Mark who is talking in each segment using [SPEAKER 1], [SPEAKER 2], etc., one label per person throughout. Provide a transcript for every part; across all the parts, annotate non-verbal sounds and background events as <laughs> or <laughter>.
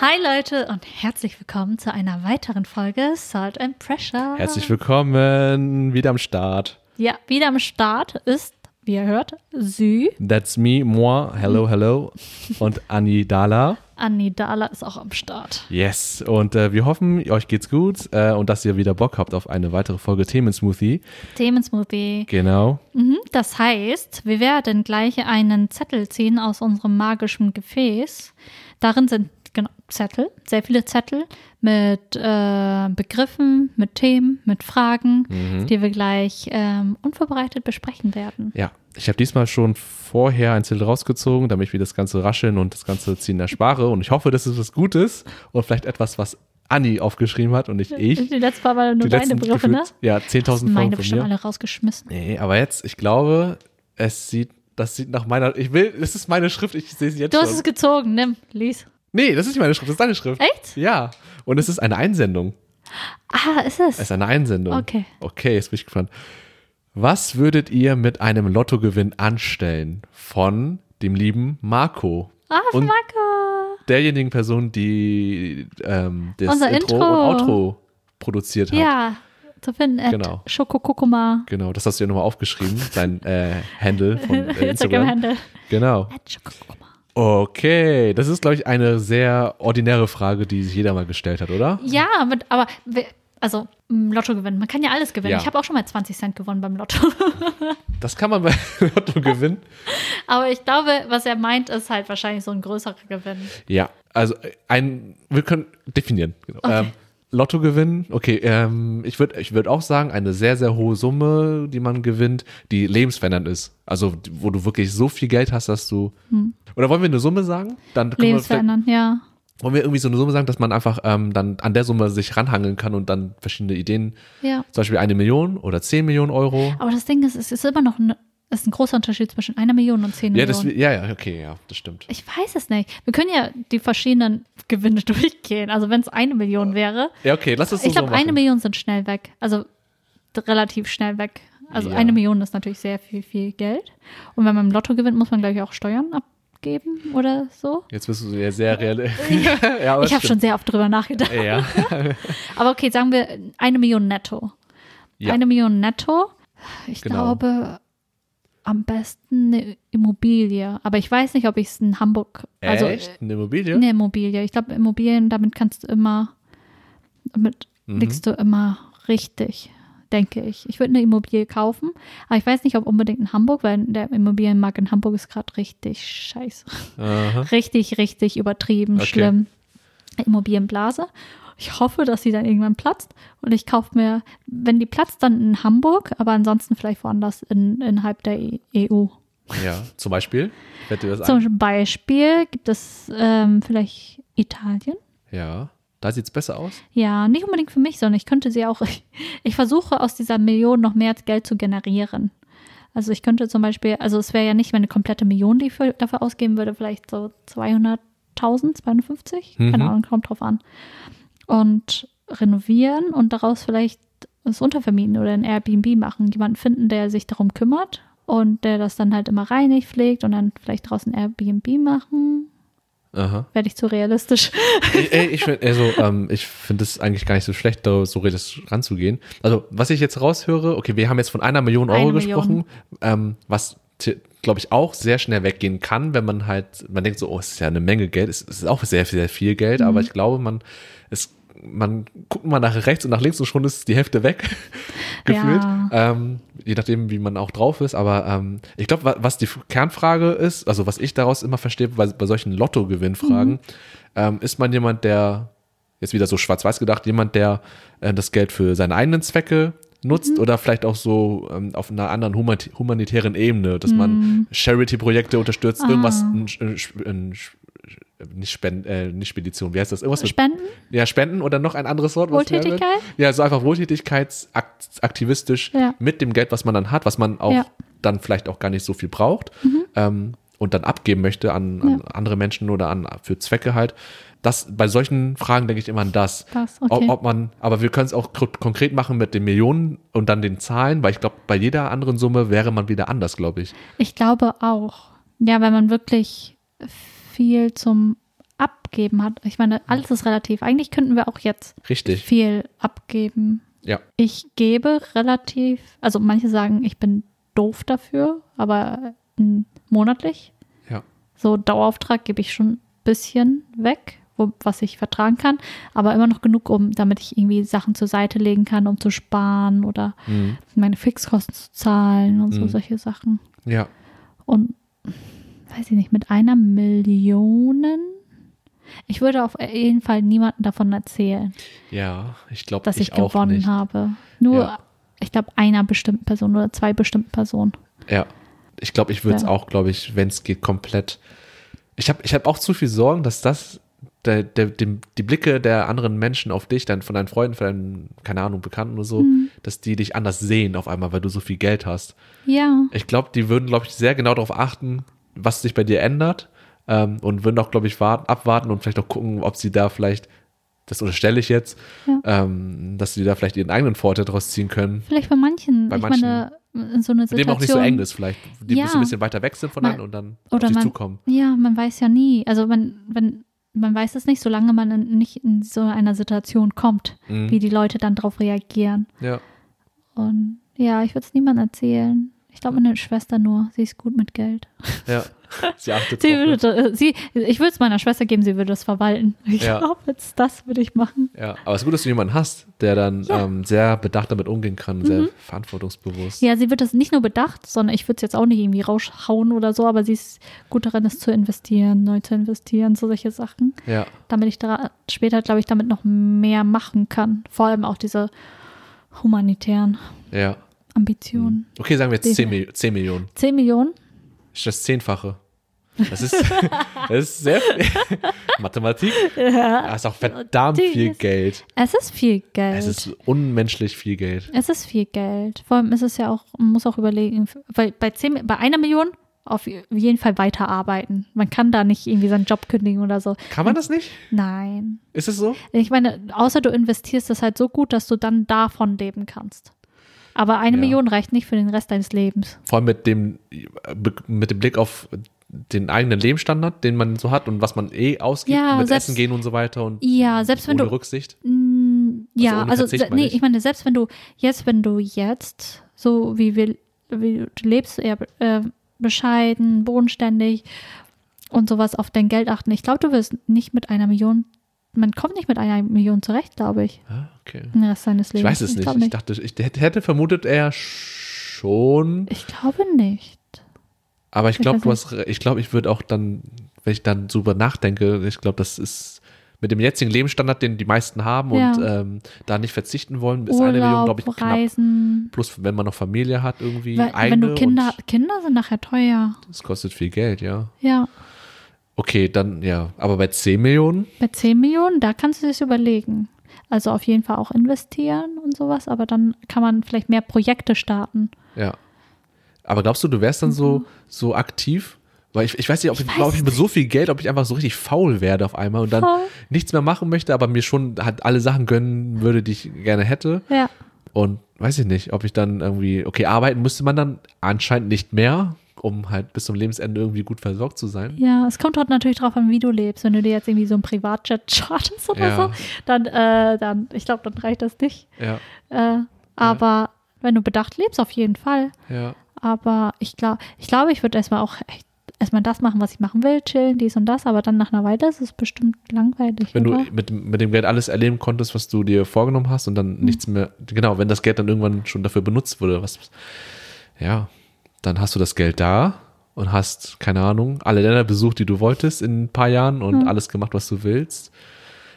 [SPEAKER 1] Hi Leute und herzlich willkommen zu einer weiteren Folge Salt and Pressure.
[SPEAKER 2] Herzlich willkommen, wieder am Start.
[SPEAKER 1] Ja, wieder am Start ist, wie ihr hört, Sü.
[SPEAKER 2] That's me, moi,
[SPEAKER 1] <laughs>
[SPEAKER 2] hello, hello und Anni Dala.
[SPEAKER 1] Anni Dala ist auch am Start.
[SPEAKER 2] Yes, und äh, wir hoffen, euch geht's gut äh, und dass ihr wieder Bock habt auf eine weitere Folge Themen-Smoothie.
[SPEAKER 1] Themensmoothie.
[SPEAKER 2] Genau.
[SPEAKER 1] Mhm, das heißt, wir werden gleich einen Zettel ziehen aus unserem magischen Gefäß. Darin sind genau Zettel, sehr viele Zettel mit äh, Begriffen, mit Themen, mit Fragen,
[SPEAKER 2] Mhm.
[SPEAKER 1] die wir gleich ähm, unvorbereitet besprechen werden.
[SPEAKER 2] Ja, ich habe diesmal schon vorher ein Zettel rausgezogen, damit wir das ganze Rascheln und das ganze Ziehen erspare und ich hoffe, das ist was Gutes und vielleicht etwas, was Anni aufgeschrieben hat und nicht ich.
[SPEAKER 1] Die letzte Mal war nur
[SPEAKER 2] Die
[SPEAKER 1] deine
[SPEAKER 2] letzten
[SPEAKER 1] Begriffe, ne?
[SPEAKER 2] gefühlt- Ja, 10.000
[SPEAKER 1] Meine
[SPEAKER 2] Folgen von
[SPEAKER 1] bestimmt
[SPEAKER 2] mir.
[SPEAKER 1] alle rausgeschmissen.
[SPEAKER 2] Nee, aber jetzt, ich glaube, es sieht, das sieht nach meiner, ich will, es ist meine Schrift, ich sehe sie jetzt
[SPEAKER 1] Du hast
[SPEAKER 2] schon.
[SPEAKER 1] es gezogen, nimm, lies.
[SPEAKER 2] Nee, das ist nicht meine Schrift, das ist deine Schrift.
[SPEAKER 1] Echt?
[SPEAKER 2] Ja. Und es ist eine Einsendung.
[SPEAKER 1] Ah, ist es?
[SPEAKER 2] Es ist eine Einsendung.
[SPEAKER 1] Okay.
[SPEAKER 2] Okay, jetzt bin ich gespannt. Was würdet ihr mit einem Lottogewinn anstellen? Von dem lieben Marco.
[SPEAKER 1] ah, von
[SPEAKER 2] und
[SPEAKER 1] Marco.
[SPEAKER 2] derjenigen Person, die ähm, das
[SPEAKER 1] Unser
[SPEAKER 2] Intro,
[SPEAKER 1] Intro.
[SPEAKER 2] und Outro produziert hat.
[SPEAKER 1] Ja, zu finden at
[SPEAKER 2] Genau.
[SPEAKER 1] Schokokokoma.
[SPEAKER 2] Genau, das hast du ja nochmal aufgeschrieben, sein äh,
[SPEAKER 1] <laughs>
[SPEAKER 2] Handle von äh, Instagram.
[SPEAKER 1] Instagram-Handle.
[SPEAKER 2] Genau.
[SPEAKER 1] At Schokokokoma.
[SPEAKER 2] Okay, das ist, glaube ich, eine sehr ordinäre Frage, die sich jeder mal gestellt hat, oder?
[SPEAKER 1] Ja, mit, aber wer- also m, Lotto gewinnen. Man kann ja alles gewinnen.
[SPEAKER 2] Ja.
[SPEAKER 1] Ich habe auch schon mal 20 Cent gewonnen beim Lotto. <laughs>
[SPEAKER 2] Das kann man bei <laughs> Lotto gewinnen.
[SPEAKER 1] aber ich glaube, was er meint, ist halt wahrscheinlich so ein größerer Gewinn.
[SPEAKER 2] Ja, also äh, ein, wir können definieren. Genau.
[SPEAKER 1] Okay.
[SPEAKER 2] Ähm, Lotto gewinnen, okay, ähm, ich würde ich würd auch sagen, eine sehr, sehr hohe Summe, die man gewinnt, die lebensverändernd ist. Also, die- wo du wirklich so viel Geld hast, dass du. Oder wollen wir eine Summe sagen? Dann können wir vielleicht-
[SPEAKER 1] Lebensverändern, ja.
[SPEAKER 2] wollen wir irgendwie so eine Summe sagen, dass man einfach ähm, dann an der Summe sich ranhangeln kann und dann verschiedene Ideen,
[SPEAKER 1] Ja.
[SPEAKER 2] zum Beispiel eine Million oder zehn Millionen Euro.
[SPEAKER 1] Aber das Ding ist, es ist immer noch ein, es ist ein großer Unterschied zwischen einer Million und zehn
[SPEAKER 2] Ja, das,
[SPEAKER 1] Millionen.
[SPEAKER 2] ja, ja, okay, ja, das stimmt.
[SPEAKER 1] Ich weiß es nicht. Wir können ja die verschiedenen Gewinne <laughs> durchgehen. Also wenn es eine Million wäre.
[SPEAKER 2] Ja, okay, lass es so
[SPEAKER 1] Ich glaube,
[SPEAKER 2] so machen.
[SPEAKER 1] eine Million sind schnell weg. Also d- relativ schnell weg. Also
[SPEAKER 2] Ja.
[SPEAKER 1] eine Million ist natürlich sehr viel, viel Geld. Und wenn man im Lotto gewinnt, muss man, glaube ich, auch Steuern abgeben oder so.
[SPEAKER 2] Jetzt bist du ja sehr
[SPEAKER 1] <laughs>
[SPEAKER 2] real. <laughs> ja, aber
[SPEAKER 1] ich habe schon
[SPEAKER 2] stimmt. Äh,
[SPEAKER 1] sehr oft drüber nachgedacht.
[SPEAKER 2] Ja.
[SPEAKER 1] Aber okay, sagen wir eine Million netto.
[SPEAKER 2] Ja.
[SPEAKER 1] Eine Million netto. Ich
[SPEAKER 2] Genau.
[SPEAKER 1] glaube, am besten eine Immobilie. Aber ich weiß nicht, ob ich es in Hamburg. <laughs> Also
[SPEAKER 2] Echt? Eine Immobilie?
[SPEAKER 1] eine Immobilie. Ich glaube, Immobilien, damit kannst du immer, damit liegst du immer richtig, denke ich. Ich würde eine Immobilie kaufen, aber ich weiß nicht, ob unbedingt in Hamburg, weil der Immobilienmarkt in Hamburg ist gerade richtig scheiße. <laughs>
[SPEAKER 2] Aha.
[SPEAKER 1] Richtig, richtig übertrieben,
[SPEAKER 2] Okay.
[SPEAKER 1] schlimm. Immobilienblase. Ich hoffe, dass sie dann irgendwann platzt und ich kaufe mir, wenn die platzt, dann in Hamburg, aber ansonsten vielleicht woanders in, innerhalb der EU.
[SPEAKER 2] Ja, zum Beispiel. Fällt dir das an?
[SPEAKER 1] Zum Beispiel gibt es ähm, vielleicht Italien.
[SPEAKER 2] Ja. Da sieht es besser aus.
[SPEAKER 1] Ja, nicht unbedingt für mich, sondern ich könnte sie auch. <laughs> Ich versuche aus dieser Million noch mehr Geld zu generieren. Also ich könnte zum Beispiel, also es wäre ja nicht meine komplette Million, die ich für, dafür ausgeben würde, vielleicht so 200.000, 250,
[SPEAKER 2] Mhm.
[SPEAKER 1] keine Ahnung, kommt drauf an. Und renovieren und daraus vielleicht das Untervermieten oder ein Airbnb machen. Jemanden finden, der sich darum kümmert und der das dann halt immer reinig pflegt und dann vielleicht draußen Airbnb machen.
[SPEAKER 2] Aha.
[SPEAKER 1] Werde ich zu realistisch. <laughs>
[SPEAKER 2] Ich, ey, ich finde also, ähm, ich find es eigentlich gar nicht so schlecht, da so realistisch ranzugehen. Also, was ich jetzt raushöre, okay, wir haben jetzt von einer Million Euro
[SPEAKER 1] Eine Million.
[SPEAKER 2] gesprochen, ähm, was glaube ich auch sehr schnell weggehen kann, wenn man halt, man denkt so, oh, es ist ja eine Menge Geld, es ist auch sehr, sehr viel Geld,
[SPEAKER 1] Mhm.
[SPEAKER 2] aber ich glaube, man, es, man guckt mal nach rechts und nach links und schon ist die Hälfte weg. <laughs> gefühlt.
[SPEAKER 1] Ja.
[SPEAKER 2] Ähm, je nachdem, wie man auch drauf ist. Aber ähm, ich glaube, wa was die F- Kernfrage ist, also was ich daraus immer verstehe bei, bei solchen Lottogewinnfragen, ähm, ist man jemand, der, jetzt wieder so schwarz-weiß gedacht, jemand, der äh, das Geld für seine eigenen Zwecke nutzt oder vielleicht auch so ähm, auf einer anderen humanit humanitären Ebene, dass man Charity-Projekte unterstützt, irgendwas, ein, Sch- ein, Sch- ein, Sch- nicht, Spend, äh, nicht Spedition, wie heißt das? Irgendwas mit
[SPEAKER 1] Spenden?
[SPEAKER 2] ja, Spenden oder noch ein anderes Wort. was mir einfällt.
[SPEAKER 1] Wohltätigkeit?
[SPEAKER 2] Ja, so einfach wohltätigkeitsaktivistisch
[SPEAKER 1] Ja.
[SPEAKER 2] mit dem Geld, was man dann hat, was man auch
[SPEAKER 1] Ja. Mhm.
[SPEAKER 2] dann vielleicht auch gar nicht so viel braucht ähm, und dann abgeben möchte an, an andere Menschen oder an für Zwecke halt. Das, bei solchen Fragen denke ich immer an das.
[SPEAKER 1] Das,
[SPEAKER 2] Ob-
[SPEAKER 1] okay.
[SPEAKER 2] Ob man, aber wir können es auch kr- konkret machen mit den Millionen und dann den Zahlen, weil ich glaube, bei jeder anderen Summe wäre man wieder anders, glaube ich.
[SPEAKER 1] Ich glaube auch. Ja, wenn man wirklich viel zum abgeben hat. Ich meine, alles ist relativ. Eigentlich könnten wir auch jetzt
[SPEAKER 2] Richtig.
[SPEAKER 1] viel abgeben.
[SPEAKER 2] Ja.
[SPEAKER 1] Ich gebe relativ, also manche sagen, ich bin doof dafür, aber mm, monatlich.
[SPEAKER 2] Ja.
[SPEAKER 1] So Dauerauftrag gebe ich schon ein bisschen weg, wo, was ich vertragen kann, aber immer noch genug, um damit ich irgendwie Sachen zur Seite legen kann, um zu sparen oder
[SPEAKER 2] Mhm.
[SPEAKER 1] meine Fixkosten zu zahlen und so
[SPEAKER 2] Mhm.
[SPEAKER 1] solche Sachen.
[SPEAKER 2] Ja.
[SPEAKER 1] Und weiß ich nicht, mit einer Million? Ich würde auf jeden Fall niemandem davon erzählen,
[SPEAKER 2] Ja, ich glaube,
[SPEAKER 1] dass ich,
[SPEAKER 2] auch
[SPEAKER 1] gewonnen
[SPEAKER 2] nicht.
[SPEAKER 1] habe. Nur,
[SPEAKER 2] Ja.
[SPEAKER 1] ich glaube, einer bestimmten Person oder zwei bestimmten Personen.
[SPEAKER 2] Ja. Ich glaube, ich würde es
[SPEAKER 1] Ja.
[SPEAKER 2] auch, glaube ich, wenn es geht, komplett. Ich habe ich hab auch zu viel Sorgen, dass das der, der, dem, die Blicke der anderen Menschen auf dich, dann von deinen Freunden, von deinen, keine Ahnung, Bekannten oder so,
[SPEAKER 1] Mhm.
[SPEAKER 2] dass die dich anders sehen auf einmal, weil du so viel Geld hast.
[SPEAKER 1] Ja.
[SPEAKER 2] Ich glaube, die würden, glaube ich, sehr genau darauf achten, was sich bei dir ändert ähm, und würden auch, glaube ich, warten, abwarten und vielleicht auch gucken, ob sie da vielleicht, das unterstelle ich jetzt,
[SPEAKER 1] Ja.
[SPEAKER 2] ähm, dass sie da vielleicht ihren eigenen Vorteil daraus ziehen können.
[SPEAKER 1] Vielleicht bei manchen,
[SPEAKER 2] Bei
[SPEAKER 1] ich
[SPEAKER 2] manchen.
[SPEAKER 1] meine, in so einer
[SPEAKER 2] Mit dem
[SPEAKER 1] Situation.
[SPEAKER 2] auch nicht so eng ist vielleicht. Die
[SPEAKER 1] Ja.
[SPEAKER 2] müssen ein bisschen weiter weg sind voneinander und dann auf
[SPEAKER 1] Oder
[SPEAKER 2] dich
[SPEAKER 1] man,
[SPEAKER 2] zukommen.
[SPEAKER 1] ja, man weiß ja nie. Also man, wenn, man weiß es nicht, solange man in, nicht in so einer Situation kommt,
[SPEAKER 2] Mhm.
[SPEAKER 1] wie die Leute dann darauf reagieren.
[SPEAKER 2] Ja.
[SPEAKER 1] Und ja, ich würde es niemandem erzählen. Ich glaube, meine Schwester nur. Sie ist gut mit Geld. <laughs>
[SPEAKER 2] ja. Sie achtet
[SPEAKER 1] Sie
[SPEAKER 2] drauf. ne?
[SPEAKER 1] würde, äh, sie, ich würde es meiner Schwester geben, sie würde es verwalten. <laughs> Ich
[SPEAKER 2] Ja.
[SPEAKER 1] glaube, jetzt das würde ich machen.
[SPEAKER 2] Ja. Aber es ist gut, dass du jemanden hast, der dann ähm, sehr bedacht damit umgehen kann, sehr verantwortungsbewusst.
[SPEAKER 1] Mhm. Ja, sie wird es nicht nur bedacht, sondern ich würde es jetzt auch nicht irgendwie raushauen oder so, aber sie ist gut darin, es zu investieren, neu zu investieren, so solche Sachen,
[SPEAKER 2] Ja.
[SPEAKER 1] damit ich da später, glaube ich, damit noch mehr machen kann. Vor allem auch diese humanitären
[SPEAKER 2] ja. Mhm.
[SPEAKER 1] Ambitionen.
[SPEAKER 2] Okay, sagen wir jetzt 10,
[SPEAKER 1] Definitiv.
[SPEAKER 2] Mil- 10 Millionen.
[SPEAKER 1] 10 Millionen?
[SPEAKER 2] ist das Zehnfache.
[SPEAKER 1] <laughs>
[SPEAKER 2] Das ist, <laughs> das ist sehr viel. <laughs> Mathematik.
[SPEAKER 1] Ja.
[SPEAKER 2] Das ist auch verdammt
[SPEAKER 1] Die
[SPEAKER 2] viel
[SPEAKER 1] ist-
[SPEAKER 2] Geld.
[SPEAKER 1] Es ist viel Geld.
[SPEAKER 2] Es ist unmenschlich viel Geld.
[SPEAKER 1] Es ist viel Geld. Vor allem ist es ja auch, man muss auch überlegen, weil bei, zehn, bei einer Million auf jeden Fall weiterarbeiten. Man kann da nicht irgendwie seinen Job kündigen oder so.
[SPEAKER 2] Kann man das nicht?
[SPEAKER 1] Nein.
[SPEAKER 2] Ist es so?
[SPEAKER 1] Ich meine, außer du investierst das halt so gut, dass du dann davon leben kannst. Aber eine
[SPEAKER 2] Ja.
[SPEAKER 1] Million reicht nicht für den Rest deines Lebens.
[SPEAKER 2] Vor allem mit dem, mit dem Blick auf den eigenen Lebensstandard, den man so hat und was man eh ausgibt,
[SPEAKER 1] Ja,
[SPEAKER 2] mit
[SPEAKER 1] selbst-
[SPEAKER 2] Essen gehen und so weiter und
[SPEAKER 1] Ja, selbst wenn
[SPEAKER 2] ohne
[SPEAKER 1] du.
[SPEAKER 2] Rücksicht.
[SPEAKER 1] Mm, ja,
[SPEAKER 2] ohne
[SPEAKER 1] also,
[SPEAKER 2] Verzicht
[SPEAKER 1] se-
[SPEAKER 2] meine
[SPEAKER 1] nee,
[SPEAKER 2] ich.
[SPEAKER 1] ich meine, selbst wenn du jetzt, wenn du jetzt, so wie wir, wie du lebst, eher äh, bescheiden, bodenständig und sowas auf dein Geld achten. Ich glaube, du wirst nicht mit einer Million, man kommt nicht mit einer Million zurecht, glaube ich,
[SPEAKER 2] Ah, okay.
[SPEAKER 1] den Rest seines
[SPEAKER 2] Ich
[SPEAKER 1] Lebens.
[SPEAKER 2] weiß es nicht.
[SPEAKER 1] glaub
[SPEAKER 2] Ich dachte, ich hätte vermutet, er schon.
[SPEAKER 1] Ich glaube nicht.
[SPEAKER 2] Aber ich
[SPEAKER 1] Ich
[SPEAKER 2] glaube,
[SPEAKER 1] weiß
[SPEAKER 2] du hast, re- ich glaube, ich würde auch dann, wenn ich dann drüber nachdenke, ich glaube, das ist mit dem jetzigen Lebensstandard, den die meisten haben und
[SPEAKER 1] Ja.
[SPEAKER 2] ähm, da nicht verzichten wollen, ist eine Million,
[SPEAKER 1] Urlaub,
[SPEAKER 2] glaube ich, knapp.
[SPEAKER 1] Reisen,
[SPEAKER 2] Plus, wenn man noch Familie hat irgendwie,
[SPEAKER 1] weil- wenn
[SPEAKER 2] eigene
[SPEAKER 1] du Kinder,
[SPEAKER 2] und
[SPEAKER 1] Kinder sind nachher teuer.
[SPEAKER 2] das kostet viel Geld, ja.
[SPEAKER 1] Ja,
[SPEAKER 2] Okay, dann, ja. Aber bei 10 Millionen,
[SPEAKER 1] bei 10 Millionen, da kannst du es überlegen. Also auf jeden Fall auch investieren und sowas, aber dann kann man vielleicht mehr Projekte starten.
[SPEAKER 2] ja. Aber glaubst du, du wärst dann so, so aktiv? Weil ich, ich weiß nicht, ob ich,
[SPEAKER 1] weiß
[SPEAKER 2] glaube ich,
[SPEAKER 1] es
[SPEAKER 2] mit so viel Geld, ob ich einfach so richtig faul werde auf einmal und dann
[SPEAKER 1] Voll.
[SPEAKER 2] nichts mehr machen möchte, aber mir schon halt alle Sachen gönnen würde, die ich gerne hätte.
[SPEAKER 1] Ja,
[SPEAKER 2] Und weiß ich nicht, ob ich dann irgendwie, okay, arbeiten müsste man dann anscheinend nicht mehr, um halt bis zum Lebensende irgendwie gut versorgt zu sein.
[SPEAKER 1] ja, es kommt halt natürlich drauf an, wie du lebst. Wenn du dir jetzt irgendwie so ein Privatjet <laughs> charterst oder
[SPEAKER 2] Ja.
[SPEAKER 1] so, dann, äh, dann, ich glaube, dann reicht das nicht.
[SPEAKER 2] Ja,
[SPEAKER 1] Äh, aber wenn du bedacht lebst, auf jeden Fall.
[SPEAKER 2] ja,
[SPEAKER 1] Aber ich glaube, ich glaube, ich würde erstmal auch echt erstmal das machen, was ich machen will, chillen, dies und das, aber dann nach einer Weile ist es bestimmt langweilig.
[SPEAKER 2] Wenn du
[SPEAKER 1] oder?
[SPEAKER 2] mit, dem- mit dem Geld alles erleben konntest, was du dir vorgenommen hast und dann nichts mehr, genau, wenn das Geld dann irgendwann schon dafür benutzt wurde, was, ja, dann hast du das Geld da und hast, keine Ahnung, alle Länder besucht, die du wolltest in ein paar Jahren und alles gemacht, was du willst.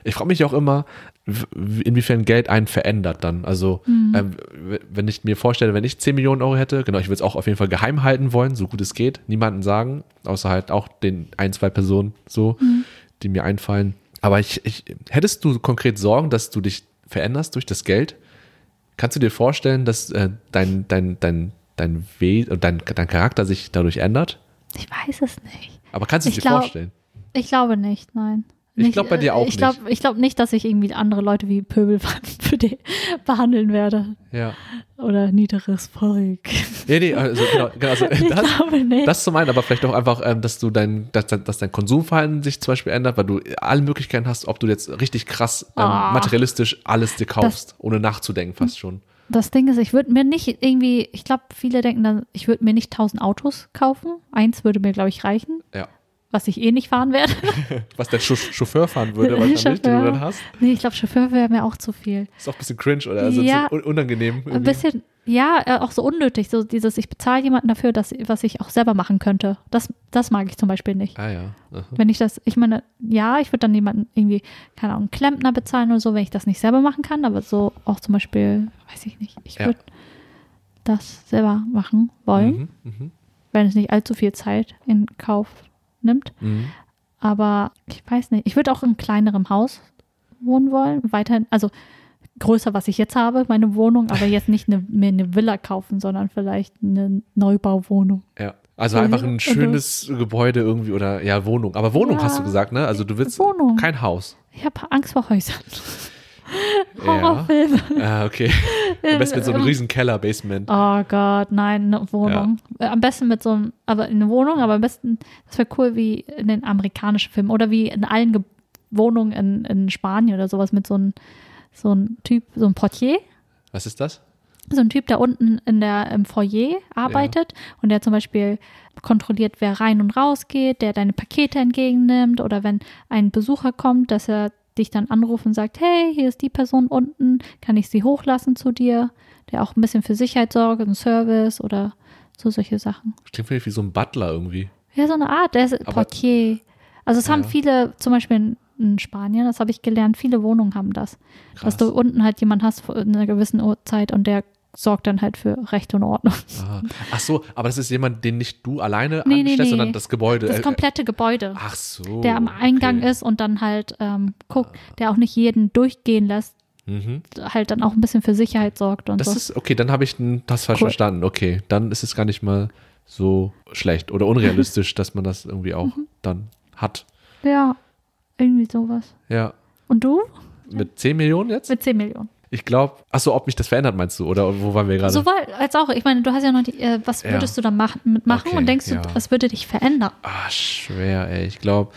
[SPEAKER 2] Ich frage mich auch immer, w- w- inwiefern Geld einen verändert dann. Also,
[SPEAKER 1] Mhm.
[SPEAKER 2] ähm, w- wenn ich mir vorstelle, wenn ich 10 Millionen Euro hätte, genau, ich würde es auch auf jeden Fall geheim halten wollen, so gut es geht, niemandem sagen, außer halt auch den ein, zwei Personen so,
[SPEAKER 1] Mhm.
[SPEAKER 2] die mir einfallen. Aber ich, ich, hättest du konkret Sorgen, dass du dich veränderst durch das Geld? Kannst du dir vorstellen, dass äh, dein, dein, dein, dein, We und dein, dein Charakter sich dadurch ändert?
[SPEAKER 1] ich weiß es nicht.
[SPEAKER 2] Aber kannst du
[SPEAKER 1] Ich
[SPEAKER 2] dir
[SPEAKER 1] glaub-
[SPEAKER 2] vorstellen?
[SPEAKER 1] Ich glaube nicht, nein.
[SPEAKER 2] Ich glaube bei dir auch
[SPEAKER 1] ich glaub,
[SPEAKER 2] nicht.
[SPEAKER 1] Ich glaube nicht, dass ich irgendwie andere Leute wie Pöbel <laughs> für die behandeln werde.
[SPEAKER 2] Ja.
[SPEAKER 1] Oder niederes Volk.
[SPEAKER 2] <laughs> Nee, nee, also, genau, genau, also
[SPEAKER 1] <laughs> Ich
[SPEAKER 2] das,
[SPEAKER 1] glaube nicht.
[SPEAKER 2] Das zum einen, aber vielleicht auch einfach, ähm, dass du dein, dass, dass dein Konsumverhalten sich zum Beispiel ändert, weil du alle Möglichkeiten hast, ob du jetzt richtig krass ähm,
[SPEAKER 1] Ah.
[SPEAKER 2] materialistisch alles dir kaufst, ohne nachzudenken fast schon.
[SPEAKER 1] Das Ding ist, ich würde mir nicht irgendwie, ich glaube, viele denken dann, ich würde mir nicht tausend Autos kaufen. Eins würde mir, glaube ich, reichen,
[SPEAKER 2] Ja.
[SPEAKER 1] was ich eh nicht fahren werde. <laughs>
[SPEAKER 2] Was der Chau- Chauffeur fahren würde, wahrscheinlich, den du
[SPEAKER 1] Chauffeur.
[SPEAKER 2] dann hast.
[SPEAKER 1] Nee, ich glaube, Chauffeur wäre mir auch zu viel.
[SPEAKER 2] Ist auch ein bisschen cringe oder also
[SPEAKER 1] Ja.
[SPEAKER 2] ein bisschen un- unangenehm.
[SPEAKER 1] Ein
[SPEAKER 2] irgendwie.
[SPEAKER 1] bisschen, ja, äh, auch so unnötig. So dieses, ich bezahle jemanden dafür, dass, was ich auch selber machen könnte. Das, das mag ich zum Beispiel nicht.
[SPEAKER 2] Ah ja. Aha.
[SPEAKER 1] Wenn ich das, ich meine, ja, ich würde dann jemanden irgendwie, keine Ahnung, einen Klempner bezahlen oder so, wenn ich das nicht selber machen kann, aber so auch zum Beispiel, weiß ich nicht, ich
[SPEAKER 2] Ja.
[SPEAKER 1] würde das selber machen wollen,
[SPEAKER 2] Mhm, mhm,
[SPEAKER 1] wenn es nicht allzu viel Zeit in Kauf nimmt.
[SPEAKER 2] mhm.
[SPEAKER 1] Aber ich weiß nicht, ich würde auch in kleinerem Haus wohnen wollen, weiterhin, also größer, was ich jetzt habe, meine Wohnung, aber jetzt nicht eine, mir eine Villa kaufen, sondern vielleicht eine Neubauwohnung.
[SPEAKER 2] Ja. Also
[SPEAKER 1] Mhm,
[SPEAKER 2] einfach ein
[SPEAKER 1] und du-
[SPEAKER 2] schönes Gebäude irgendwie oder ja, Wohnung. Aber Wohnung
[SPEAKER 1] Ja.
[SPEAKER 2] hast du gesagt, ne? Also du willst
[SPEAKER 1] Wohnung.
[SPEAKER 2] kein Haus.
[SPEAKER 1] Ich habe Angst vor Häusern. <laughs> Horrorfilme.
[SPEAKER 2] Ah, okay. Am besten mit
[SPEAKER 1] <laughs>
[SPEAKER 2] so einem
[SPEAKER 1] Ähm,
[SPEAKER 2] riesen Keller-Basement.
[SPEAKER 1] Oh Gott, nein, eine Wohnung. Äh, Am besten mit so einem, aber eine Wohnung, aber am besten, das wäre cool wie in den amerikanischen Filmen oder wie in allen Ge Wohnungen in, in Spanien oder sowas mit so einem so ein Typ, so ein Portier,
[SPEAKER 2] Was ist das?
[SPEAKER 1] so ein Typ, der unten in der, im Foyer arbeitet und der zum Beispiel kontrolliert, wer rein und raus geht, der deine Pakete entgegennimmt oder wenn ein Besucher kommt, dass er dich dann anruft und sagt, hey, hier ist die Person unten, kann ich sie hochlassen zu dir, der auch ein bisschen für Sicherheit sorgt und Service oder so solche Sachen.
[SPEAKER 2] Klingt für mich wie so ein Butler irgendwie.
[SPEAKER 1] Ja, so eine Art, der ist
[SPEAKER 2] Aber-
[SPEAKER 1] Portier. Also es haben
[SPEAKER 2] Ja.
[SPEAKER 1] viele, zum Beispiel in, in Spanien, das habe ich gelernt, viele Wohnungen haben das.
[SPEAKER 2] Krass.
[SPEAKER 1] Dass du unten halt jemanden hast vor einer gewissen Uhrzeit und der sorgt dann halt für Recht und
[SPEAKER 2] <laughs>
[SPEAKER 1] Ordnung.
[SPEAKER 2] Ah. Ach so, aber das ist jemand, den nicht du alleine
[SPEAKER 1] Nee, nee,
[SPEAKER 2] anstellst,
[SPEAKER 1] nee.
[SPEAKER 2] sondern das Gebäude.
[SPEAKER 1] Das
[SPEAKER 2] Äh,
[SPEAKER 1] komplette Gebäude,
[SPEAKER 2] Ach so.
[SPEAKER 1] der am Eingang
[SPEAKER 2] okay. Ah.
[SPEAKER 1] ist und dann halt ähm, guckt, der auch nicht jeden durchgehen lässt,
[SPEAKER 2] Mhm.
[SPEAKER 1] halt dann auch ein bisschen für Sicherheit sorgt und
[SPEAKER 2] Das
[SPEAKER 1] so.
[SPEAKER 2] ist, okay, dann habe ich n- das falsch
[SPEAKER 1] Cool.
[SPEAKER 2] verstanden. Okay, dann ist es gar nicht mal so schlecht oder
[SPEAKER 1] <laughs>
[SPEAKER 2] unrealistisch, dass man das irgendwie auch
[SPEAKER 1] Mhm.
[SPEAKER 2] dann hat.
[SPEAKER 1] ja, irgendwie sowas.
[SPEAKER 2] Ja.
[SPEAKER 1] Und du?
[SPEAKER 2] Mit 10 Millionen jetzt?
[SPEAKER 1] Mit 10 Millionen.
[SPEAKER 2] Ich glaube, ach so, ob mich das verändert, meinst du? Oder wo waren wir gerade?
[SPEAKER 1] Sowohl als auch, ich meine, du hast ja noch, die, äh, was
[SPEAKER 2] Ja.
[SPEAKER 1] würdest du dann mach, mitmachen
[SPEAKER 2] Okay,
[SPEAKER 1] und denkst du,
[SPEAKER 2] ja.
[SPEAKER 1] das würde dich verändern?
[SPEAKER 2] Ah, schwer, ey. Ich glaube,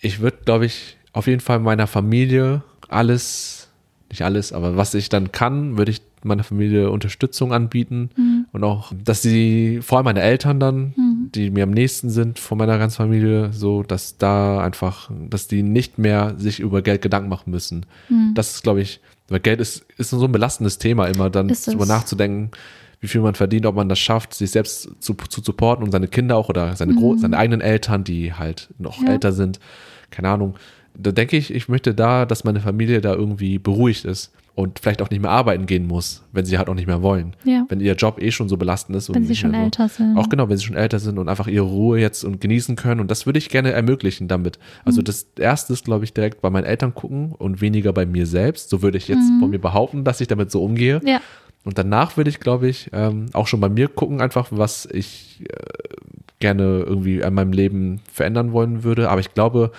[SPEAKER 2] ich würde, glaube ich, auf jeden Fall meiner Familie alles, nicht alles, aber was ich dann kann, würde ich meiner Familie Unterstützung anbieten.
[SPEAKER 1] Mhm.
[SPEAKER 2] Und auch, dass sie, vor allem meine Eltern dann, die mir am nächsten sind von meiner ganzen Familie, so, dass da einfach, dass die nicht mehr sich über Geld Gedanken machen müssen.
[SPEAKER 1] Mhm.
[SPEAKER 2] Das ist, glaube ich, weil Geld ist, ist so ein belastendes Thema immer, dann
[SPEAKER 1] Ist es.
[SPEAKER 2] drüber nachzudenken, wie viel man verdient, ob man das schafft, sich selbst zu, zu supporten und seine Kinder auch oder seine, Gro
[SPEAKER 1] Mhm.
[SPEAKER 2] seine eigenen Eltern, die halt noch
[SPEAKER 1] Ja.
[SPEAKER 2] älter sind. Keine Ahnung. Da denke ich, ich möchte da, dass meine Familie da irgendwie beruhigt ist und vielleicht auch nicht mehr arbeiten gehen muss, wenn sie halt auch nicht mehr wollen.
[SPEAKER 1] Ja.
[SPEAKER 2] Wenn ihr Job eh schon so belastend ist.
[SPEAKER 1] Wenn
[SPEAKER 2] und
[SPEAKER 1] sie
[SPEAKER 2] nicht
[SPEAKER 1] schon
[SPEAKER 2] mehr so-
[SPEAKER 1] älter sind.
[SPEAKER 2] Auch genau, wenn sie schon älter sind und einfach ihre Ruhe jetzt und genießen können. Und das würde ich gerne ermöglichen damit.
[SPEAKER 1] Mhm.
[SPEAKER 2] Also das Erste ist, glaube ich, direkt bei meinen Eltern gucken und weniger bei mir selbst. So würde ich jetzt
[SPEAKER 1] Mhm.
[SPEAKER 2] von mir behaupten, dass ich damit so umgehe.
[SPEAKER 1] Ja,
[SPEAKER 2] Und danach würde ich, glaube ich, ähm, auch schon bei mir gucken, einfach, was ich äh, gerne irgendwie an meinem Leben verändern wollen würde. Aber ich glaube,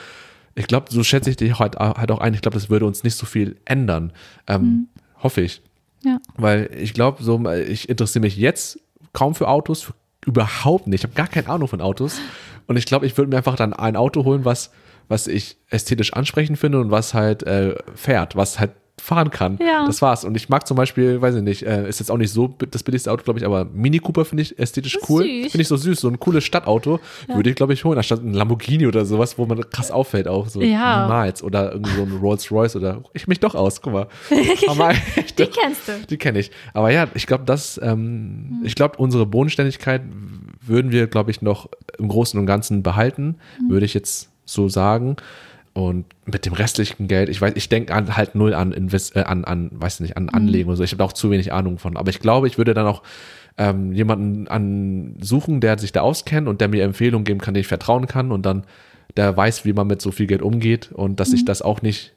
[SPEAKER 2] ich glaube, so schätze ich dich halt, halt auch ein. Ich glaube, das würde uns nicht so viel ändern. Ähm, Hoffe ich.
[SPEAKER 1] ja.
[SPEAKER 2] Weil ich glaube, so, ich interessiere mich jetzt kaum für Autos, für, überhaupt nicht. Ich habe gar keine Ahnung von Autos. Und ich glaube, ich würde mir einfach dann ein Auto holen, was, was ich ästhetisch ansprechend finde und was halt äh, fährt, was halt fahren kann.
[SPEAKER 1] Ja.
[SPEAKER 2] Das war's. Und ich mag zum Beispiel, weiß ich nicht, äh, ist jetzt auch nicht so bi- das billigste Auto, glaube ich, aber Mini Cooper finde ich ästhetisch
[SPEAKER 1] Ist
[SPEAKER 2] cool.
[SPEAKER 1] süß.
[SPEAKER 2] Finde ich so süß, so ein cooles Stadtauto würde ich, glaube ich, holen, anstatt ein Lamborghini oder sowas, wo man krass auffällt auch. So
[SPEAKER 1] Ja.
[SPEAKER 2] niemals. Oder irgendwie so ein Rolls Royce oder ich mich doch
[SPEAKER 1] <laughs>
[SPEAKER 2] aus, guck mal. Aber echt,
[SPEAKER 1] Die kennst du. Hm.
[SPEAKER 2] die kenne ich. Aber ja, ich glaube, das, ähm, ich glaube, unsere Bodenständigkeit w- würden wir, glaube ich, noch im Großen und Ganzen behalten,
[SPEAKER 1] Hm.
[SPEAKER 2] würde ich jetzt so sagen. Und mit dem restlichen Geld, ich weiß, ich denke an, halt null an Invest, äh, an, an, weiß nicht,
[SPEAKER 1] Hm.
[SPEAKER 2] an Anlegen oder so. Ich habe da auch zu wenig Ahnung von. Aber ich glaube, ich würde dann auch ähm, jemanden an suchen, der sich da auskennt und der mir Empfehlungen geben kann, den ich vertrauen kann und dann der weiß, wie man mit so viel Geld umgeht und dass
[SPEAKER 1] Hm.
[SPEAKER 2] ich das auch nicht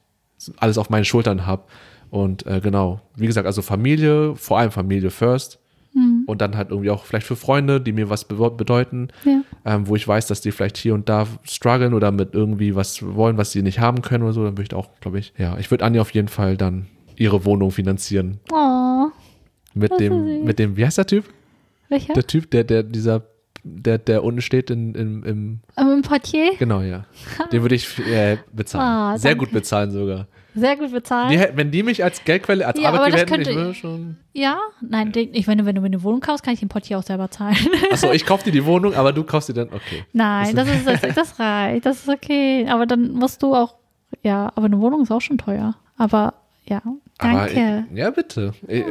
[SPEAKER 2] alles auf meinen Schultern habe. Und äh, genau, wie gesagt, also Familie, vor allem Familie first
[SPEAKER 1] Mhm.
[SPEAKER 2] Und dann halt irgendwie auch vielleicht für Freunde, die mir was be bedeuten,
[SPEAKER 1] Ja.
[SPEAKER 2] ähm, wo ich weiß, dass die vielleicht hier und da strugglen oder mit irgendwie was wollen, was sie nicht haben können oder so, dann würde ich auch, glaube ich, ja, ich würde Anja auf jeden Fall dann ihre Wohnung finanzieren.
[SPEAKER 1] Oh,
[SPEAKER 2] Mit
[SPEAKER 1] Das ist
[SPEAKER 2] dem,
[SPEAKER 1] süß.
[SPEAKER 2] mit dem, wie heißt der Typ?
[SPEAKER 1] welcher?
[SPEAKER 2] Der Typ, der, der, dieser, der, der unten steht in, im, im,
[SPEAKER 1] Ähm, Im Portier. <laughs>
[SPEAKER 2] genau, ja. Den würde ich äh, bezahlen.
[SPEAKER 1] Ah,
[SPEAKER 2] Sehr
[SPEAKER 1] danke.
[SPEAKER 2] gut bezahlen sogar.
[SPEAKER 1] Sehr gut bezahlt.
[SPEAKER 2] Die, hätten- wenn die mich als Geldquelle, als
[SPEAKER 1] Ja, aber
[SPEAKER 2] Arbeitgeber
[SPEAKER 1] das
[SPEAKER 2] hätten, ich
[SPEAKER 1] könnte-
[SPEAKER 2] würde schon.
[SPEAKER 1] Ja? Nein, denk nicht. Wenn du, wenn du mir eine Wohnung kaufst, kann ich den Portier auch selber zahlen.
[SPEAKER 2] <laughs> Achso, ich kaufe dir die Wohnung, aber du kaufst dir dann, okay.
[SPEAKER 1] Nein, das ist, das, das reicht. Das ist okay. Aber dann musst du auch, ja, aber eine Wohnung ist auch schon teuer. Aber ja,
[SPEAKER 2] Aber
[SPEAKER 1] danke.
[SPEAKER 2] Ich, ja, bitte. Ich,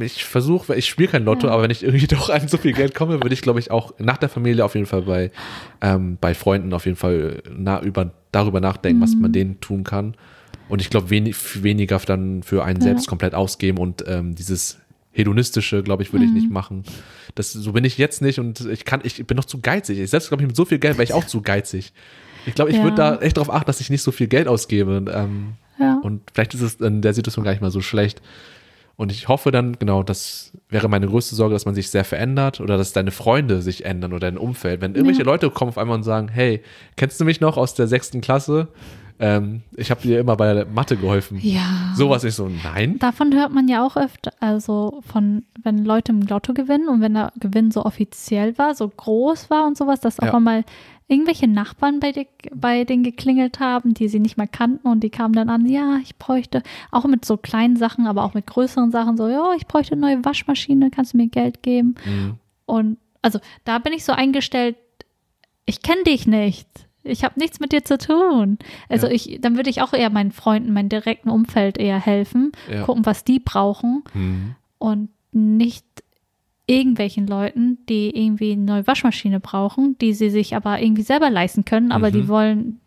[SPEAKER 2] ich versuche, ich spiele kein Lotto, aber wenn ich irgendwie <laughs> doch an so viel Geld komme, würde ich, glaube ich, auch nach der Familie auf jeden Fall bei, ähm, bei Freunden auf jeden Fall na, über, darüber nachdenken, was
[SPEAKER 1] Mhm.
[SPEAKER 2] man denen tun kann. Und ich glaube, wenig, weniger dann für einen selbst komplett ausgeben und ähm, dieses hedonistische, glaube ich, würde ich
[SPEAKER 1] Mhm.
[SPEAKER 2] nicht machen. Das, so bin ich jetzt nicht und ich kann, ich bin noch zu geizig. Ich selbst glaube ich mit so viel Geld wäre ich auch zu geizig. Ich glaube, ich
[SPEAKER 1] Ja.
[SPEAKER 2] würde da echt darauf achten, dass ich nicht so viel Geld ausgebe. Ähm,
[SPEAKER 1] ja.
[SPEAKER 2] und vielleicht ist es in der Situation gar nicht mal so schlecht. Und ich hoffe dann, genau, das wäre meine größte Sorge, dass man sich sehr verändert oder dass deine Freunde sich ändern oder dein Umfeld. Wenn irgendwelche Leute kommen auf einmal und sagen, hey, kennst du mich noch aus der sechsten Klasse? Ähm, ich habe dir immer bei der Mathe geholfen.
[SPEAKER 1] ja.
[SPEAKER 2] Sowas nicht so, nein.
[SPEAKER 1] Davon hört man ja auch öfter, also von, wenn Leute im Lotto gewinnen und wenn der Gewinn so offiziell war, so groß war und sowas, dass auch
[SPEAKER 2] Ja.
[SPEAKER 1] einmal irgendwelche Nachbarn bei, dir, bei denen geklingelt haben, die sie nicht mal kannten und die kamen dann an, ja, ich bräuchte, auch mit so kleinen Sachen, aber auch mit größeren Sachen, so, ja, ich bräuchte eine neue Waschmaschine, kannst du mir Geld geben?
[SPEAKER 2] Mhm.
[SPEAKER 1] Und also da bin ich so eingestellt, ich kenne dich nicht. Ich habe nichts mit dir zu tun. Also
[SPEAKER 2] Ja.
[SPEAKER 1] ich, dann würde ich auch eher meinen Freunden, meinem direkten Umfeld eher helfen,
[SPEAKER 2] Ja.
[SPEAKER 1] gucken, was die brauchen
[SPEAKER 2] Mhm.
[SPEAKER 1] und nicht irgendwelchen Leuten, die irgendwie eine neue Waschmaschine brauchen, die sie sich aber irgendwie selber leisten können, aber
[SPEAKER 2] Mhm.
[SPEAKER 1] die wollen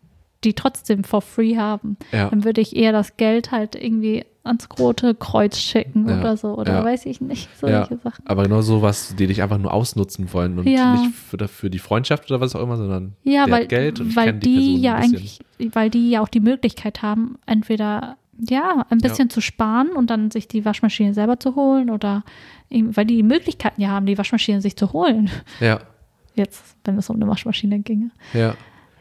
[SPEAKER 1] die trotzdem for free haben.
[SPEAKER 2] Ja.
[SPEAKER 1] Dann würde ich eher das Geld halt irgendwie ans Rote Kreuz schicken
[SPEAKER 2] Ja.
[SPEAKER 1] oder so oder
[SPEAKER 2] Ja.
[SPEAKER 1] weiß ich nicht,
[SPEAKER 2] Ja.
[SPEAKER 1] solche Sachen.
[SPEAKER 2] Aber genau sowas, die dich einfach nur ausnutzen wollen und
[SPEAKER 1] Ja.
[SPEAKER 2] nicht für, für die Freundschaft oder was auch immer, sondern
[SPEAKER 1] Ja,
[SPEAKER 2] der
[SPEAKER 1] weil,
[SPEAKER 2] hat Geld und ich
[SPEAKER 1] weil
[SPEAKER 2] kenne die,
[SPEAKER 1] die,
[SPEAKER 2] Person
[SPEAKER 1] ja
[SPEAKER 2] ein bisschen.
[SPEAKER 1] eigentlich, weil die ja auch die Möglichkeit haben, entweder ja, ein bisschen zu sparen und dann sich die Waschmaschine selber zu holen oder eben, weil die die Möglichkeiten ja haben, die Waschmaschine sich zu holen. <laughs>
[SPEAKER 2] Ja,
[SPEAKER 1] Jetzt, wenn es um eine Waschmaschine ginge.
[SPEAKER 2] ja.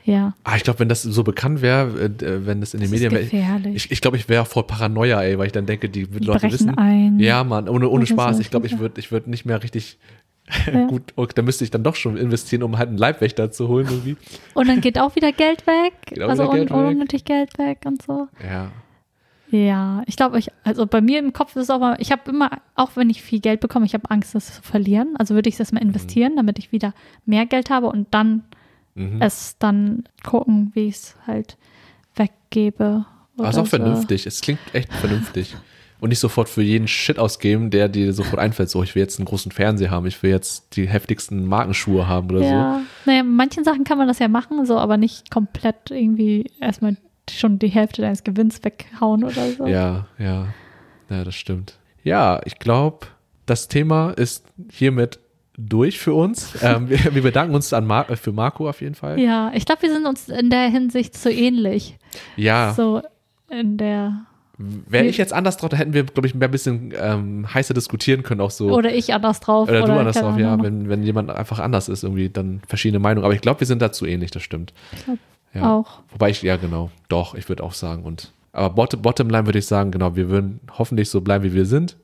[SPEAKER 1] Ja.
[SPEAKER 2] Ah, ich glaube, wenn das so bekannt wäre, äh, wenn das in den
[SPEAKER 1] Das ist
[SPEAKER 2] Medien wäre,
[SPEAKER 1] gefährlich.
[SPEAKER 2] ich glaube, ich, glaub, ich wäre voll Paranoia, ey, weil ich dann denke, die Leute
[SPEAKER 1] brechen
[SPEAKER 2] wissen.
[SPEAKER 1] ein.
[SPEAKER 2] Ja, Mann, ohne, ohne
[SPEAKER 1] Das ist
[SPEAKER 2] Spaß.
[SPEAKER 1] so
[SPEAKER 2] Ich glaube, ich
[SPEAKER 1] sicher.
[SPEAKER 2] würde ich würd nicht mehr richtig <laughs>
[SPEAKER 1] Ja.
[SPEAKER 2] gut, okay, da müsste ich dann doch schon investieren, um halt einen Leibwächter zu holen irgendwie.
[SPEAKER 1] Und dann geht auch wieder Geld weg.
[SPEAKER 2] Geht auch
[SPEAKER 1] also
[SPEAKER 2] wieder Geld
[SPEAKER 1] un
[SPEAKER 2] weg.
[SPEAKER 1] unnötig Geld weg und so.
[SPEAKER 2] Ja,
[SPEAKER 1] Ja, ich glaube, ich, also bei mir im Kopf ist es auch mal, ich habe immer, auch wenn ich viel Geld bekomme, ich habe Angst, das zu verlieren. Also würde ich das mal investieren, damit ich wieder mehr Geld habe und dann
[SPEAKER 2] Mhm.
[SPEAKER 1] es dann gucken, wie ich es halt weggebe.
[SPEAKER 2] aber Ah, ist
[SPEAKER 1] oder so.
[SPEAKER 2] auch vernünftig. Es klingt echt vernünftig. Und nicht sofort für jeden Shit ausgeben, der dir sofort einfällt. So, ich will jetzt einen großen Fernseher haben, ich will jetzt die heftigsten Markenschuhe haben oder so.
[SPEAKER 1] Ja. Naja, in manchen Sachen kann man das ja machen, so, aber nicht komplett irgendwie erstmal schon die Hälfte deines Gewinns weghauen oder so.
[SPEAKER 2] Ja, ja. Ja, das stimmt. Ja, ich glaube, das Thema ist hiermit durch für uns.
[SPEAKER 1] <laughs>
[SPEAKER 2] Ähm, wir, wir bedanken uns an Mar äh, für Marco auf jeden Fall.
[SPEAKER 1] Ja, ich glaube, wir sind uns in der Hinsicht so ähnlich.
[SPEAKER 2] Ja,
[SPEAKER 1] So in der
[SPEAKER 2] wäre ich jetzt anders drauf, da hätten wir, glaube ich, mehr ein bisschen ähm, heißer diskutieren können, auch so.
[SPEAKER 1] oder ich anders drauf
[SPEAKER 2] Oder du anders
[SPEAKER 1] keine
[SPEAKER 2] drauf, ja,
[SPEAKER 1] Ahnung.
[SPEAKER 2] wenn, wenn jemand einfach anders ist, irgendwie dann verschiedene Meinungen. Aber ich glaube, wir sind dazu ähnlich, das stimmt. Ich
[SPEAKER 1] glaub
[SPEAKER 2] ja.
[SPEAKER 1] auch.
[SPEAKER 2] Wobei ich, ja, genau, doch, ich würde auch sagen. Und aber bottom, bottomline würde ich sagen, genau, wir würden hoffentlich so bleiben, wie wir sind.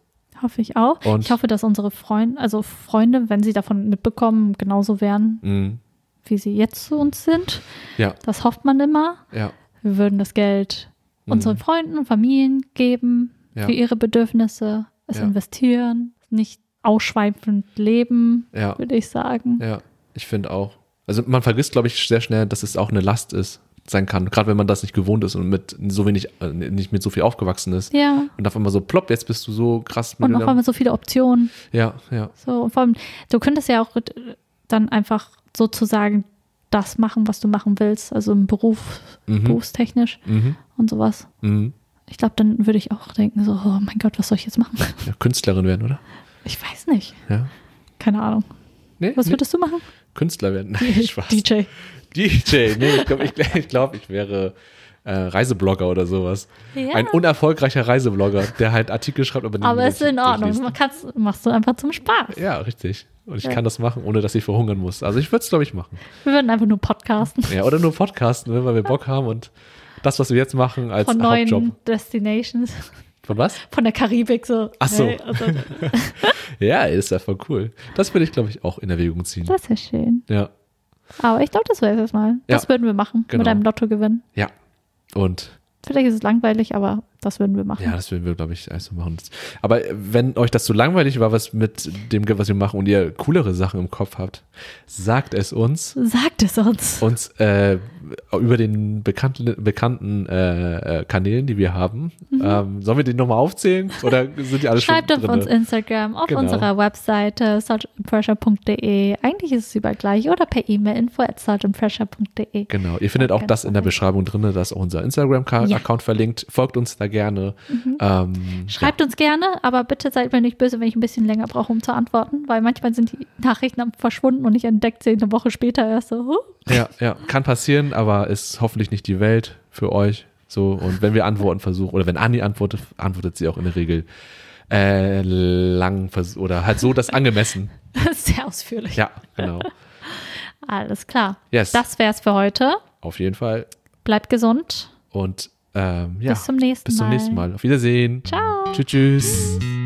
[SPEAKER 1] Hoffe ich auch.
[SPEAKER 2] Und-
[SPEAKER 1] ich hoffe, dass unsere Freunde, also Freunde, wenn sie davon mitbekommen, genauso wären,
[SPEAKER 2] Mhm.
[SPEAKER 1] wie sie jetzt zu uns sind.
[SPEAKER 2] Ja,
[SPEAKER 1] Das hofft man immer.
[SPEAKER 2] ja.
[SPEAKER 1] Wir würden das Geld
[SPEAKER 2] Mhm.
[SPEAKER 1] unseren Freunden und Familien geben
[SPEAKER 2] Ja.
[SPEAKER 1] für ihre Bedürfnisse, es
[SPEAKER 2] Ja.
[SPEAKER 1] investieren, nicht ausschweifend leben,
[SPEAKER 2] Ja.
[SPEAKER 1] würde ich sagen.
[SPEAKER 2] Ja, ich finde auch. Also man vergisst, glaube ich, sehr schnell, dass es auch eine Last ist, sein kann. Gerade wenn man das nicht gewohnt ist und mit so wenig, äh, nicht mit so viel aufgewachsen ist.
[SPEAKER 1] ja.
[SPEAKER 2] Und auf einmal so plopp, jetzt bist du so krass
[SPEAKER 1] Und auf
[SPEAKER 2] Millionär.
[SPEAKER 1] einmal so viele Optionen.
[SPEAKER 2] Ja, ja.
[SPEAKER 1] So, und vor allem, du könntest ja auch dann einfach sozusagen das machen, was du machen willst, also im Beruf,
[SPEAKER 2] Mhm.
[SPEAKER 1] berufstechnisch
[SPEAKER 2] Mhm.
[SPEAKER 1] und sowas.
[SPEAKER 2] Mhm.
[SPEAKER 1] Ich glaube, dann würde ich auch denken, so, oh mein Gott, was soll ich jetzt machen? <laughs>
[SPEAKER 2] ja. Künstlerin werden, oder?
[SPEAKER 1] Ich weiß nicht.
[SPEAKER 2] Ja.
[SPEAKER 1] Keine Ahnung.
[SPEAKER 2] Nee,
[SPEAKER 1] Was
[SPEAKER 2] nee.
[SPEAKER 1] würdest du
[SPEAKER 2] <laughs>
[SPEAKER 1] machen? <laughs>
[SPEAKER 2] Künstler werden. Nein, Spaß.
[SPEAKER 1] DJ.
[SPEAKER 2] DJ. Nee, ich glaube, ich, ich, glaub, ich wäre äh, Reiseblogger oder sowas.
[SPEAKER 1] Ja.
[SPEAKER 2] Ein unerfolgreicher Reiseblogger, der halt Artikel schreibt, aber,
[SPEAKER 1] Aber
[SPEAKER 2] es
[SPEAKER 1] ist in Ordnung. Man kann's, machst du einfach zum Spaß.
[SPEAKER 2] Ja, richtig. Und ich kann das machen, ohne dass ich verhungern muss. Also ich würde es, glaube ich, machen.
[SPEAKER 1] Wir würden einfach nur podcasten
[SPEAKER 2] Ja, oder nur podcasten, wenn wir Bock haben und das, was wir jetzt machen, <laughs> als
[SPEAKER 1] von neuen
[SPEAKER 2] Hauptjob.
[SPEAKER 1] Destinations.
[SPEAKER 2] Von was?
[SPEAKER 1] Von der Karibik so.
[SPEAKER 2] Ach so.
[SPEAKER 1] Hey, also,
[SPEAKER 2] Ja, ey, ist ja voll cool. Das würde ich, glaube ich, auch in Erwägung ziehen.
[SPEAKER 1] das ist ja schön.
[SPEAKER 2] Ja.
[SPEAKER 1] Aber ich glaube, das wäre es mal. Das
[SPEAKER 2] Ja.
[SPEAKER 1] würden wir machen
[SPEAKER 2] Genau.
[SPEAKER 1] mit einem Lottogewinn.
[SPEAKER 2] Ja. Und
[SPEAKER 1] Vielleicht ist es langweilig, aber das würden wir machen.
[SPEAKER 2] Ja, das würden wir, glaube ich, also machen. Aber wenn euch das zu langweilig war, was mit dem, was wir machen und ihr coolere Sachen im Kopf habt, sagt es uns.
[SPEAKER 1] Sagt es uns.
[SPEAKER 2] Uns äh, über den bekannten, bekannten äh, äh, Kanälen, die wir haben. Ähm, sollen wir den nochmal aufzählen? Oder sind die alle
[SPEAKER 1] Mhm. Schreibt
[SPEAKER 2] schon
[SPEAKER 1] auf
[SPEAKER 2] drin?
[SPEAKER 1] uns Instagram, auf
[SPEAKER 2] Genau.
[SPEAKER 1] unserer Webseite saltandpressure.de. Eigentlich ist es überall gleich oder per E-Mail info at saltandpressure.de.
[SPEAKER 2] Genau, ihr findet auch
[SPEAKER 1] Ganz
[SPEAKER 2] das in der
[SPEAKER 1] korrekt.
[SPEAKER 2] Beschreibung drin, da ist auch unser Instagram-Account verlinkt. Folgt uns da gerne.
[SPEAKER 1] Mhm.
[SPEAKER 2] Ähm,
[SPEAKER 1] Schreibt uns gerne, aber bitte seid mir nicht böse, wenn ich ein bisschen länger brauche, um zu antworten, weil manchmal sind die Nachrichten am- verschwunden und ich entdecke sie eine Woche später erst so. huh? <laughs>
[SPEAKER 2] Ja, ja, kann passieren, aber ist hoffentlich nicht die Welt für euch. So, und wenn wir antworten versuchen, oder wenn Anni antwortet, antwortet sie auch in der Regel äh, lang vers- oder halt so das angemessen.
[SPEAKER 1] Sehr ausführlich.
[SPEAKER 2] Ja, genau.
[SPEAKER 1] Alles klar.
[SPEAKER 2] Yes.
[SPEAKER 1] Das wär's für heute.
[SPEAKER 2] Auf jeden Fall.
[SPEAKER 1] Bleibt gesund.
[SPEAKER 2] Und ähm, ja,
[SPEAKER 1] Bis zum nächsten
[SPEAKER 2] bis zum
[SPEAKER 1] Mal.
[SPEAKER 2] nächsten Mal. Auf Wiedersehen.
[SPEAKER 1] Ciao.
[SPEAKER 2] Tschüss, tschüss.